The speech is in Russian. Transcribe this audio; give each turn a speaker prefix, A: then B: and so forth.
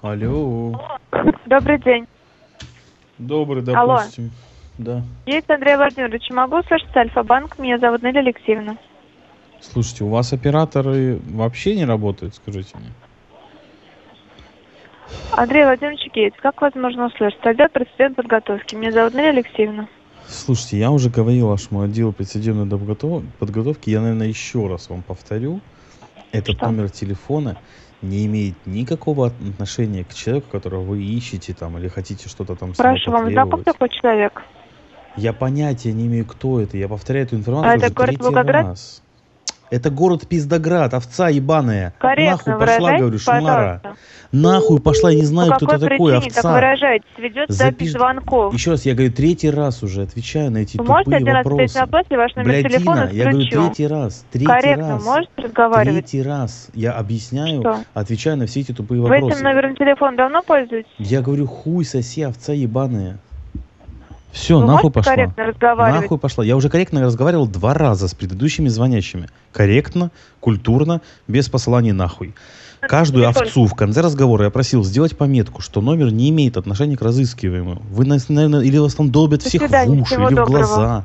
A: Алло.
B: Добрый день.
A: Добрый,
B: Алло.
A: допустим. Да.
B: Есть Андрей Владимирович. Могу услышать Альфа-банк? Меня зовут Нелли Алексеевна.
A: Слушайте, у вас операторы вообще не работают, скажите мне.
B: Андрей Владимирович Гейтс, как возможно услышать? Отдел прецедент подготовки. Меня зовут Нелли Алексеевна.
A: Слушайте, я уже говорил вашему отделу предсудебной подготов- подготовки, я, наверное, еще раз вам повторю. Этот
B: Что?
A: номер телефона не имеет никакого отношения к человеку, которого вы ищете там или хотите что-то там с него
B: Прошу вам, знаком
A: потребовать.
B: такой человек?
A: Я понятия не имею, кто это. Я повторяю эту информацию
B: А это
A: уже
B: город
A: третий
B: Волгоград?
A: раз. Это город Пиздоград, овца ебаная.
B: Корректно
A: Нахуй пошла,
B: выражайтесь,
A: говорю, шмара.
B: пожалуйста.
A: Нахуй пошла, я не знаю,
B: По
A: кто ты
B: какой
A: такой,
B: причине так
A: овца.
B: выражаетесь? Ведет
A: Запиш-
B: запись звонков.
A: Еще раз, я говорю, третий раз уже отвечаю на эти
B: Вы можете
A: тупые
B: один раз ответить
A: вопросы.
B: на вопрос, я ваш номер
A: Блядина,
B: телефона
A: я говорю,
B: включу.
A: третий раз, третий
B: Корректно,
A: раз.
B: можете разговаривать?
A: Третий раз я объясняю,
B: Что?
A: отвечаю на все эти тупые
B: Вы
A: вопросы.
B: этим номером телефона давно пользуетесь?
A: Я говорю, хуй соси, овца ебаная. Все,
B: Вы
A: нахуй
B: можете
A: пошла.
B: корректно разговаривать?
A: Нахуй пошла. Я уже корректно разговаривал два раза с предыдущими звонящими. Корректно, культурно, без посыланий нахуй. Каждую
B: Телефон.
A: овцу в конце разговора я просил сделать пометку, что номер не имеет отношения к разыскиваемому. Вы, нас, наверное, или вас там долбят
B: До
A: всех в
B: свидания,
A: уши,
B: всего
A: или в
B: доброго.
A: глаза.